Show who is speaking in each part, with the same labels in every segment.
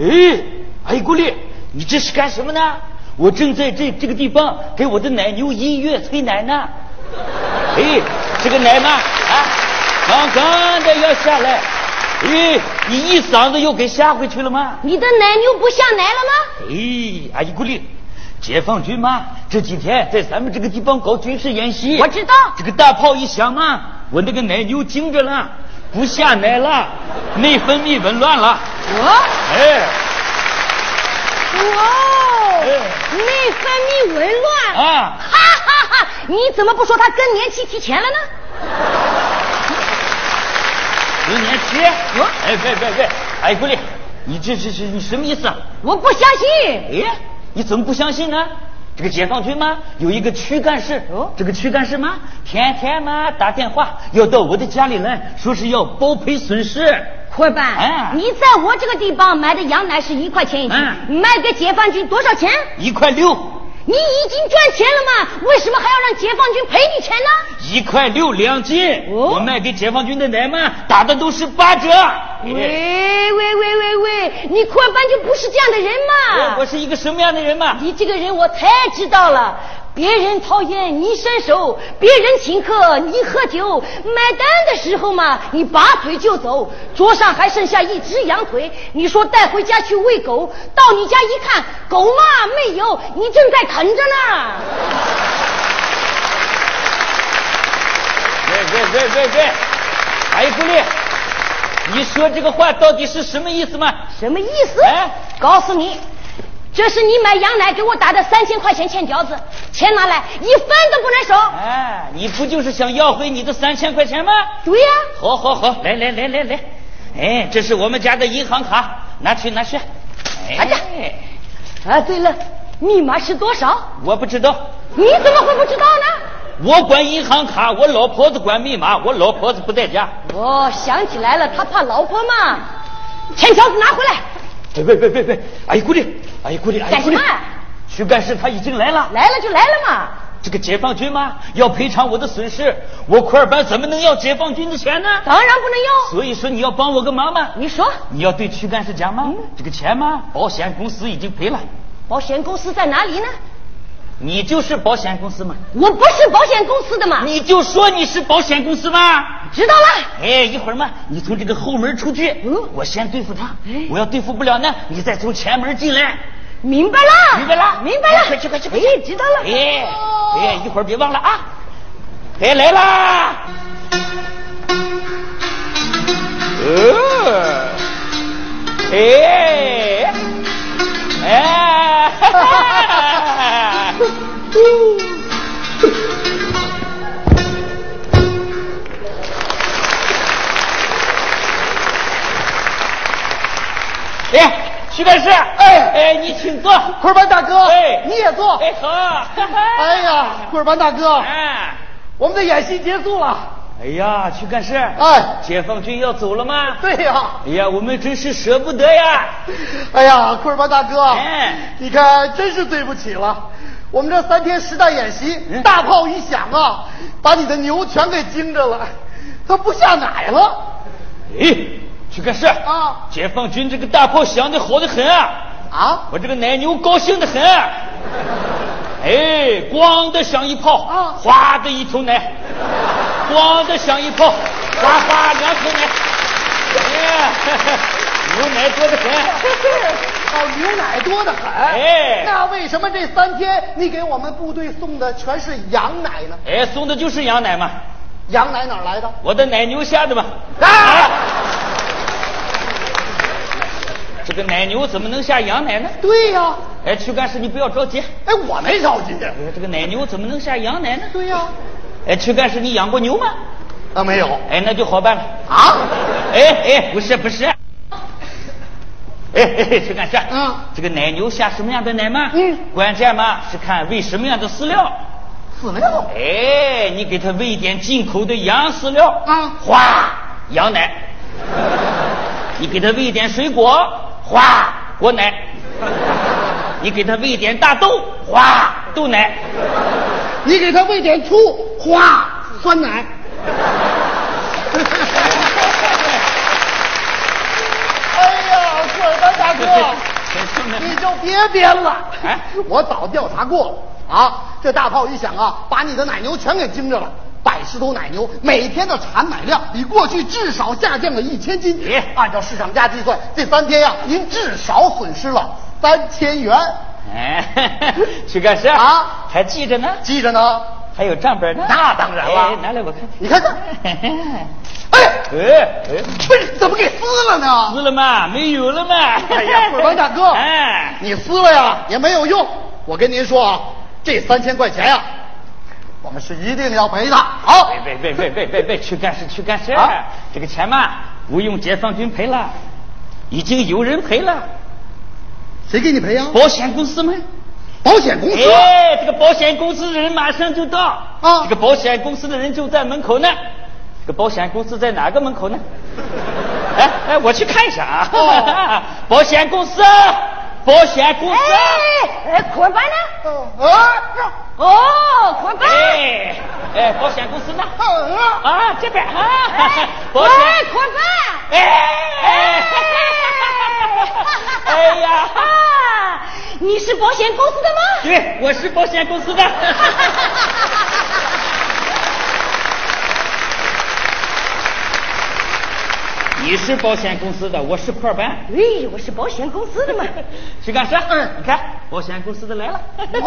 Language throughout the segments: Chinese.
Speaker 1: 哎，哎，郭丽，你这是干什么呢？我正在这这个地方给我的奶牛音乐催奶呢。哎，这个奶呢，啊，刚刚的要下来，哎，你一嗓子又给吓回去了吗？
Speaker 2: 你的奶牛不下奶了吗？
Speaker 1: 哎，阿姨姑丽，解放军嘛，这几天在咱们这个地方搞军事演习，
Speaker 2: 我知道
Speaker 1: 这个大炮一响嘛，我那个奶牛惊着了，不下奶了，内分泌紊乱了，
Speaker 2: 我
Speaker 1: 哎，
Speaker 2: 哇，
Speaker 1: 哎
Speaker 2: 哦内分泌紊乱
Speaker 1: 啊
Speaker 2: 哈哈哈！你怎么不说他更年期提前了呢？
Speaker 1: 更年期，哎，别别别，哎，姑丽，你这这是你什么意思啊？
Speaker 2: 我不相信。
Speaker 1: 哎，你怎么不相信呢？这个解放军嘛，有一个区干事，
Speaker 2: 哦
Speaker 1: 这个区干事嘛，天天嘛打电话要到我的家里来，说是要包赔损失。
Speaker 2: 伙伴，
Speaker 1: 哎
Speaker 2: 你在我这个地方买的羊奶是一块钱一斤，
Speaker 1: 嗯
Speaker 2: 卖给解放军多少钱？
Speaker 1: 一块六，
Speaker 2: 你已经赚钱了嘛，为什么还要让解放军赔你钱呢？
Speaker 1: 一块六两斤，
Speaker 2: 哦
Speaker 1: 我卖给解放军的奶嘛，打的都是八折。哎
Speaker 2: 喂喂喂喂喂，你伙伴就不是这样的人嘛！
Speaker 1: 我我是一个什么样的人嘛？
Speaker 2: 你这个人我太知道了，别人掏烟你伸手，别人请客你喝酒，买单的时候嘛，你拔腿就走，桌上还剩下一只羊腿，你说带回家去喂狗，到你家一看，狗嘛没有，你正在啃着呢。
Speaker 1: 喂喂喂喂喂，哎，姑丽，你说这个话到底是什么意思嘛？
Speaker 2: 什么意思？
Speaker 1: 哎
Speaker 2: 告诉你，这是你买羊奶给我打的三千块钱欠条子，钱拿来，一分都不能少。
Speaker 1: 哎，你不就是想要回你的三千块钱吗？
Speaker 2: 对呀、
Speaker 1: 好，好，好，来来来来来，哎，这是我们家的银行卡，拿去拿去。
Speaker 2: 拿着
Speaker 1: 哎，
Speaker 2: 啊，对了，密码是多少？
Speaker 1: 我不知道，
Speaker 2: 你怎么会不知道呢？
Speaker 1: 我管银行卡，我老婆子管密码，我老婆子不在家。
Speaker 2: 哦，想起来了，他怕老婆嘛。钱条子拿回来，
Speaker 1: 别别别别别，阿姨姑娘，阿姨姑娘，阿
Speaker 2: 干
Speaker 1: 姨
Speaker 2: 什
Speaker 1: 姑
Speaker 2: 么啊
Speaker 1: 娘，？徐干事他已经哎来了。
Speaker 2: 来了就来了嘛。
Speaker 1: 这个解放军嘛，要赔偿我的损失，我库尔班怎么能要解放军的钱呢？
Speaker 2: 当然不能要。
Speaker 1: 所以说你要帮我个忙嘛，
Speaker 2: 你说，
Speaker 1: 你要对区干事讲嘛，
Speaker 2: 嗯
Speaker 1: 这个钱嘛，保险公司已经赔了，
Speaker 2: 保险公司在哪里呢？
Speaker 1: 你就是保险公司嘛。
Speaker 2: 我不是保险公司的嘛。
Speaker 1: 你就说你是保险公司吧。
Speaker 2: 知道了。
Speaker 1: 哎，一会儿嘛，你从这个后门出去，
Speaker 2: 嗯
Speaker 1: 我先对付他
Speaker 2: 哎。
Speaker 1: 我要对付不了呢，你再从前门进来。
Speaker 2: 明白了，
Speaker 1: 明白了
Speaker 2: 明白了，
Speaker 1: 快去快去快去
Speaker 2: 哎，知道了，
Speaker 1: 哎，哎，一会儿别忘了啊！哎，来啦！呃，哎，哎， 哈哈哎，徐干事，
Speaker 3: 哎
Speaker 1: 哎，你请坐。
Speaker 3: 棍儿班大哥，
Speaker 1: 哎
Speaker 3: 你也坐。
Speaker 1: 哎，好。
Speaker 3: 哎呀，棍儿班大哥，
Speaker 1: 哎，
Speaker 3: 我们的演习结束了。
Speaker 1: 哎呀，徐干事，
Speaker 3: 哎，
Speaker 1: 解放军要走了吗？
Speaker 3: 对呀，
Speaker 1: 哎呀，我们真是舍不得呀！
Speaker 3: 哎呀，棍儿班大哥，
Speaker 1: 哎
Speaker 3: 你看真是对不起了。我们这三天实弹演习，
Speaker 1: 嗯
Speaker 3: 大炮一响啊，把你的牛全给惊着了，它不下奶了
Speaker 1: 哎，去干事！
Speaker 3: 啊
Speaker 1: 解放军这个大炮响的好的很啊，
Speaker 3: 啊！
Speaker 1: 我这个奶牛高兴的很。啊哎，咣的响一炮，
Speaker 3: 啊
Speaker 1: 哗的一头奶，咣的响一炮，哗哗两头奶。哎呀，牛奶多的很。
Speaker 3: 哦，牛奶多得很。
Speaker 1: 哎
Speaker 3: 那为什么这三天你给我们部队送的全是羊奶呢？
Speaker 1: 哎，送的就是羊奶嘛，
Speaker 3: 羊奶哪儿来的？
Speaker 1: 我的奶牛下的嘛。
Speaker 3: 啊
Speaker 1: 这个奶牛怎么能下羊奶呢？
Speaker 3: 对呀、
Speaker 1: 哎，去干事，你不要着急。
Speaker 3: 哎，我没着急。
Speaker 1: 哎这个奶牛怎么能下羊奶呢？
Speaker 3: 对呀、
Speaker 1: 哎，去干事，你养过牛吗？
Speaker 3: 啊，没有
Speaker 1: 哎，那就好办了。
Speaker 3: 啊，
Speaker 1: 哎哎，不是不是。哎哎，哎去干事。
Speaker 3: 嗯
Speaker 1: 这个奶牛下什么样的奶吗？
Speaker 3: 嗯
Speaker 1: 关键嘛是看喂什么样的饲料。
Speaker 3: 饲料
Speaker 1: 哎，你给它喂一点进口的羊饲料，
Speaker 3: 啊
Speaker 1: 哗，羊奶；你给它喂一点水果，哗，果奶；你给它喂一点大豆，哗，豆奶。
Speaker 3: 你给它喂点醋，哗，酸奶。 哎呀，库尔班大哥， 你就别编了
Speaker 1: 哎。
Speaker 3: 我早调查过了啊，这大炮一响啊，把你的奶牛全给惊着了。百十头奶牛每天的产奶量比过去至少下降了一千斤。
Speaker 1: 咦
Speaker 3: 按照市场价计算，这三天呀、您至少损失了三千元。
Speaker 1: 哎，去干事
Speaker 3: 啊
Speaker 1: 还记着呢，
Speaker 3: 记着呢，
Speaker 1: 还有账本呢。
Speaker 3: 那当然了
Speaker 1: 哎拿来我看看。
Speaker 3: 你 看看，哎呀，
Speaker 1: 哎哎，
Speaker 3: 不是怎么给撕了呢？
Speaker 1: 撕了吗？没有了吗？
Speaker 3: 哎呀，鬼王大哥，
Speaker 1: 哎，
Speaker 3: 你撕了呀也没有用。我跟您说啊，这三千块钱呀、我们是一定要赔的。好，
Speaker 1: 别别别别别别去干事去干事、
Speaker 3: 啊
Speaker 1: 这个钱嘛，不用解放军赔了，已经有人赔了，
Speaker 3: 谁给你赔呀、
Speaker 1: 保险公司们。
Speaker 3: 保险公司。
Speaker 1: 哎，这个保险公司的人马上就到
Speaker 3: 啊
Speaker 1: 这个保险公司的人就在门口呢。这个保险公司在哪个门口呢？ 哎哎，我去看一下啊。
Speaker 3: 哦
Speaker 1: 保险公司，保险公司。
Speaker 2: 哎，哎捆班呢？
Speaker 3: 啊
Speaker 2: 哦，捆班。
Speaker 1: 哎哎， 保险公司呢？
Speaker 3: 啊啊！
Speaker 1: 啊，这边啊，
Speaker 3: 哎
Speaker 1: 保
Speaker 2: 喂
Speaker 1: 险。，
Speaker 2: 捆 班。
Speaker 1: 哎哎哎呀，
Speaker 2: 啊你是保险公司的吗？
Speaker 1: 对，我是保险公司的。你是保险公司的，我是块儿班。
Speaker 2: 哎，我是保险公司 的嘛。
Speaker 1: 去干事。你看，保险公司的来了。
Speaker 3: 哦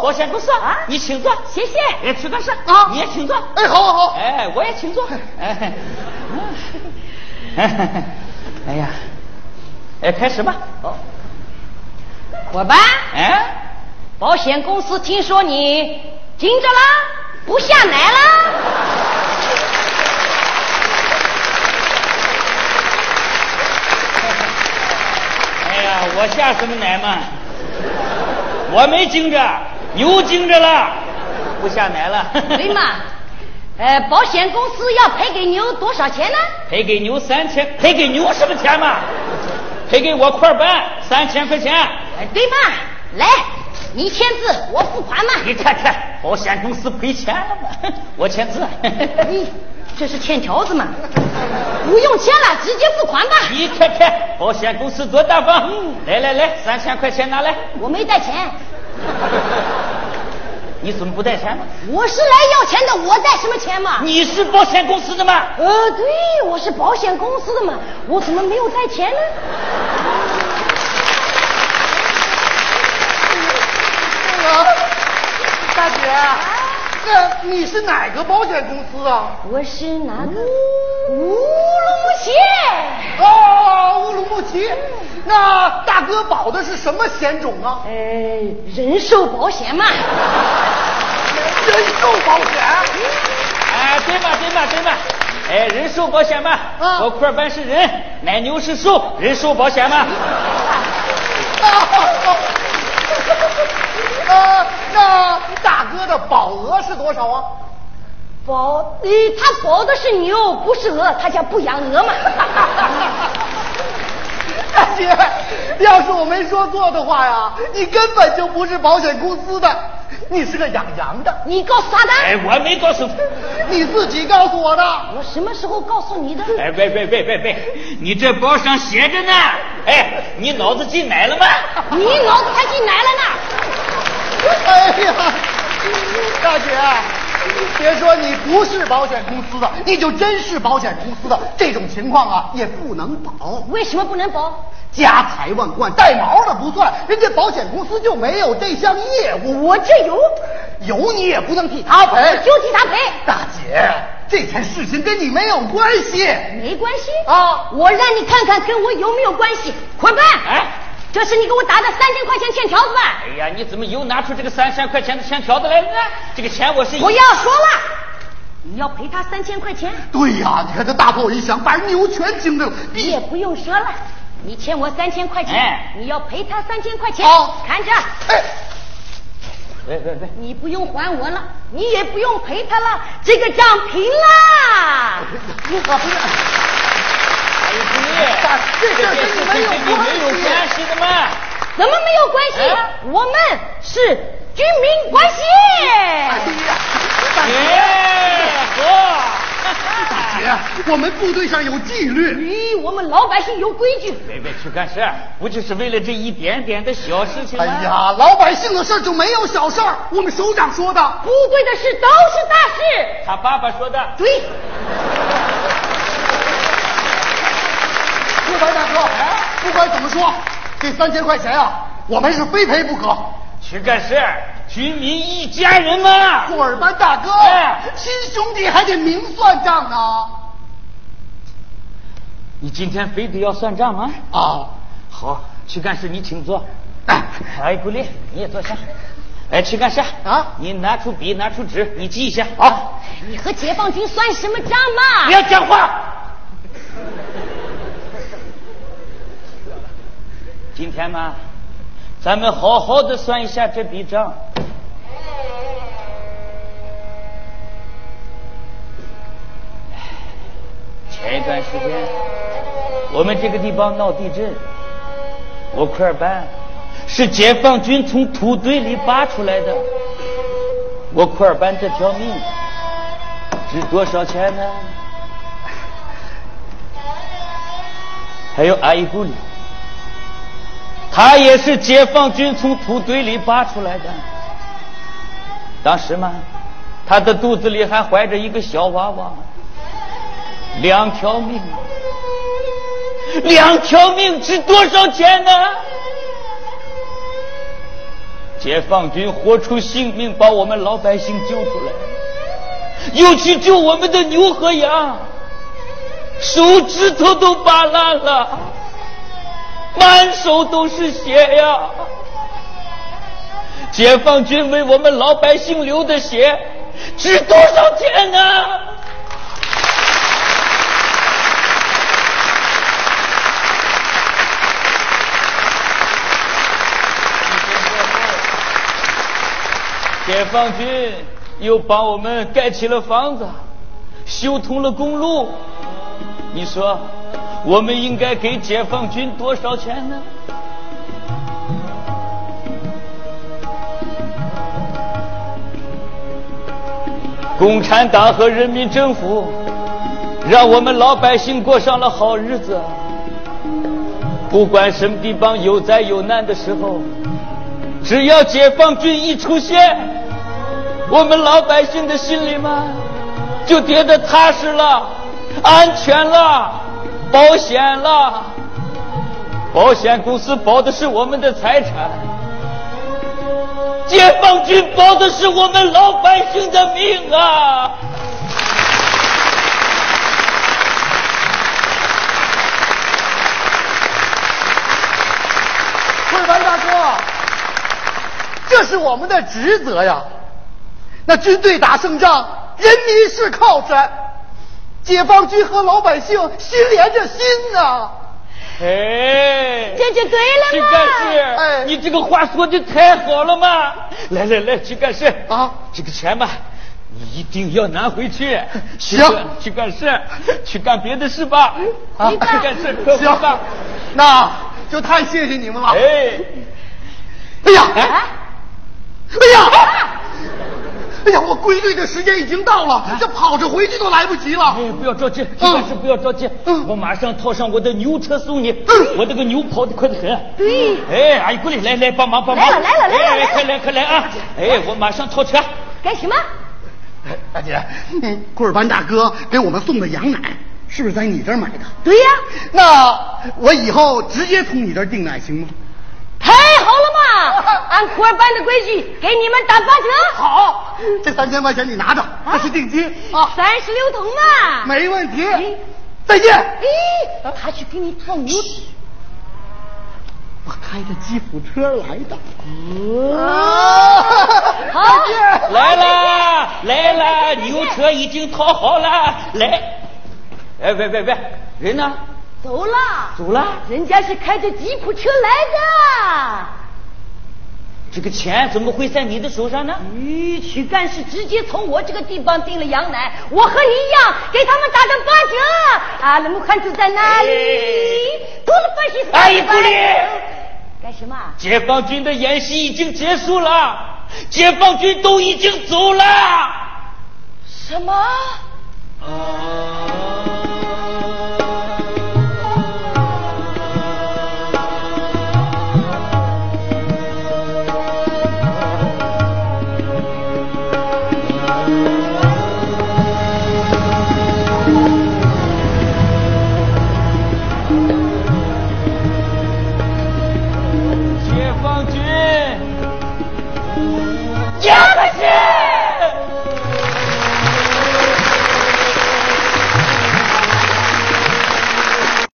Speaker 1: 保险公司啊，你请坐。
Speaker 2: 谢谢。
Speaker 1: 哎，去干事
Speaker 3: 啊
Speaker 1: 你也请坐。
Speaker 3: 哎，好好好，
Speaker 1: 哎，我也请坐。哎，哎呀，哎，开始吧。
Speaker 2: 捆班，
Speaker 1: 哎，
Speaker 2: 保险公司听说你惊着啦，不下奶啦。
Speaker 1: 哎呀，我下什么奶嘛？我没惊着，牛惊着了，不下奶了。
Speaker 2: 对嘛？呃，保险公司要赔给牛多少钱呢？
Speaker 1: 赔给牛三千，赔给牛什么钱嘛？赔给我块儿半三千块钱。
Speaker 2: 呃对嘛？来，你签字，我付款嘛。
Speaker 1: 你看看，保险公司赔钱了嘛？ 我签字。
Speaker 2: 你这是欠条子嘛？不用签了，直接付款吧。
Speaker 1: 你看看，保险公司多大方！来来来，三千块钱拿来。
Speaker 2: 我没带钱，
Speaker 1: 你怎么不带钱呢？
Speaker 2: 我是来要钱的，我带什么钱嘛？
Speaker 1: 你是保险公司的吗？
Speaker 2: 呃，对，我是保险公司的嘛，我怎么没有带钱呢？
Speaker 3: 大姐，那你是哪个保险公司啊？
Speaker 2: 我是哪个？
Speaker 1: 嗯
Speaker 2: 乌鲁木齐。
Speaker 3: 哦，乌鲁木齐。那大哥保的是什么险种啊？
Speaker 2: 呃，人寿保险嘛。
Speaker 3: 哎人寿保险。
Speaker 1: 哎，对吧对吧对吧。哎，人寿保险嘛，
Speaker 3: 啊
Speaker 1: 我块儿班是人，奶牛是兽，人寿保险嘛。
Speaker 3: 啊呃，那大哥的保额是多少啊？
Speaker 2: 保，呃，他保的是牛，不是鹅，他叫不养 鹅嘛。
Speaker 3: 大姐，要是我没说错的话呀，你根本就不是保险公司的，你是个养羊的，
Speaker 2: 你告诉撒
Speaker 1: 哎，
Speaker 2: 旦，
Speaker 1: 我没告诉他。
Speaker 3: 你自己告诉我的。
Speaker 2: 我什么时候告诉你的？
Speaker 1: 哎，喂喂喂喂喂，你这包上写着呢。哎，你脑子进奶了吗？
Speaker 2: 你脑子才进奶了呢。
Speaker 3: 哎呀，大姐，啊别说你不是保险公司的，你就真是保险公司的，这种情况啊也不能保。
Speaker 2: 为什么不能保？
Speaker 3: 家财万贯带毛的不算，人家保险公司就没有这项业务。我这有，有你也不能替他
Speaker 1: 哎
Speaker 3: 赔。
Speaker 2: 就替他赔，
Speaker 3: 大姐，这件事情跟你没有关系
Speaker 2: 没关系。
Speaker 3: 啊！
Speaker 2: 我让你看看跟我有没有关系，滚蛋！
Speaker 1: 哎
Speaker 2: 这是你给我打的三千块钱欠条子吧
Speaker 1: 哎？呀，你怎么又拿出这个三千块钱的欠条子来了呢？这个钱我是一
Speaker 2: 不要说了，你要赔他三千块钱，
Speaker 3: 对呀、你看这大炮一响，把人牛全惊着了。
Speaker 1: 嗯
Speaker 2: 你也不用说了。你欠我三千块钱，
Speaker 1: 哎
Speaker 2: 你要赔他三千块钱，
Speaker 3: 好
Speaker 2: 看着，
Speaker 3: 哎，
Speaker 1: 喂喂喂，
Speaker 2: 你不用还我了，你也不用赔他了，这个账平啦。
Speaker 3: 不可不是，
Speaker 1: 哎呀，兄弟
Speaker 3: 大这
Speaker 1: 这
Speaker 3: 件
Speaker 1: 件
Speaker 3: 事
Speaker 1: 事
Speaker 3: 情
Speaker 1: 情跟
Speaker 3: 跟
Speaker 1: 你
Speaker 3: 你
Speaker 1: 没
Speaker 3: 没
Speaker 1: 有
Speaker 3: 有
Speaker 1: 关
Speaker 3: 关
Speaker 1: 系的嘛。
Speaker 2: 怎么没有关系？
Speaker 1: 哎
Speaker 2: 我们是居民关系。
Speaker 3: 哎呀，
Speaker 1: 耶，好，
Speaker 3: 大姐，我们部队上有纪律，
Speaker 2: 咦，我们老百姓有规矩，
Speaker 1: 北北去干事儿，不就是为了这一点点的小事情吗？
Speaker 3: 哎呀，老百姓的事儿就没有小事儿。我们首长说的，
Speaker 2: 部队的事都是大事。
Speaker 1: 他爸爸说的，
Speaker 2: 对，
Speaker 3: 四白大哥，不管哎怎么说，这三千块钱啊，我们是非赔不可。
Speaker 1: 去干事儿，军民一家人嘛。
Speaker 3: 库尔班大哥
Speaker 1: 哎，
Speaker 3: 亲兄弟还得明算账呢。
Speaker 1: 你今天非得要算账吗？
Speaker 3: 啊，
Speaker 1: 好，去干事，你请坐。哎，古丽，你也坐下。哎，去干事
Speaker 3: 啊
Speaker 1: 你拿出笔，拿出纸，你记一下。
Speaker 3: 好，
Speaker 2: 你和解放军算什么账嘛
Speaker 1: 不？要讲话。今天嘛，咱们好好的算一下这笔账。前一段时间，我们这个地方闹地震，我库尔班是解放军从土堆里扒出来的，我库尔班这条命值多少钱呢？还有阿依姑里，她也是解放军从土堆里扒出来的。当时嘛，她的肚子里还怀着一个小娃娃，两条命，两条命值多少钱呢？解放军豁出性命把我们老百姓救出来。又去救我们的牛和羊，手指头都扒烂了，满手都是血呀！解放军为我们老百姓流的血，值多少钱呢、解放军又帮我们盖起了房子，修通了公路。你说，我们应该给解放军多少钱呢？共产党和人民政府让我们老百姓过上了好日子。不管什么地方有灾有难的时候，只要解放军一出现，我们老百姓的心里嘛，就觉得踏实了，安全了，保险了。保险公司保的是我们的财产，解放军保的是我们老百姓的命啊！
Speaker 3: 库尔班大哥，这是我们的职责呀。那军队打胜仗，人民是靠山，解放军和老百姓心连着心啊呐。
Speaker 1: 哎，
Speaker 2: 这就对
Speaker 1: 去
Speaker 2: 了嘛。
Speaker 1: 干事，
Speaker 3: 哎
Speaker 1: 你这个话说的太好了嘛！来来来，去干事
Speaker 3: 啊
Speaker 1: 这个钱吧，你一定要拿回去。
Speaker 3: 行
Speaker 1: 去干去干事，去干别的事吧。
Speaker 3: 啊
Speaker 1: 去干事，快回吧。
Speaker 3: 那就太谢谢你们了。
Speaker 1: 哎，
Speaker 3: 哎呀，
Speaker 1: 哎
Speaker 3: 哎呀，哎呀，我归队的时间已经到了，这跑着回去都来不及了。
Speaker 1: 哎，不要着急，去干事不要着急，
Speaker 3: 嗯
Speaker 1: 我马上套上我的牛车送你。
Speaker 3: 嗯
Speaker 1: 我这个牛跑得快得很。
Speaker 2: 对，
Speaker 1: 哎，阿姨过来，来来帮忙帮忙。
Speaker 2: 嗯来了来了来了
Speaker 1: 哎
Speaker 2: 来了
Speaker 1: 快来快来啊！哎，我马上套车。
Speaker 2: 干什么？
Speaker 1: 哎
Speaker 3: 大姐，嗯，库尔班大哥给我们送的羊奶，是不是在你这儿买的？
Speaker 2: 对呀、
Speaker 3: 那我以后直接从你这儿订奶行吗？
Speaker 2: 太好了嘛！按库尔班的规矩，给你们打八折。
Speaker 3: 好，这三千块钱你拿着，这是定金啊，
Speaker 2: 哦
Speaker 3: 哎
Speaker 2: 三十六桶嘛。
Speaker 3: 没问题。再见。
Speaker 2: 哎，他去给你烫牛。
Speaker 3: 我开着吉普车来的。哦
Speaker 2: 好
Speaker 3: 再见。
Speaker 1: 来啦，来啦，牛车已经套好了，来。哎，喂喂喂，人呢？
Speaker 2: 走了，
Speaker 1: 走了。
Speaker 2: 人家是开着吉普车来的。
Speaker 1: 这个钱怎么会在你的手上呢？
Speaker 2: 咦，曲干是直接从我这个地方订了羊奶，我和你一样给他们打的八折。啊，那木汉就在那里
Speaker 1: 哎，
Speaker 2: 多了半些。
Speaker 1: 哎呀姑娘
Speaker 2: 干什么啊？
Speaker 1: 解放军的演习已经结束了，解放军都已经走了。
Speaker 2: 什么？
Speaker 1: 啊，啊。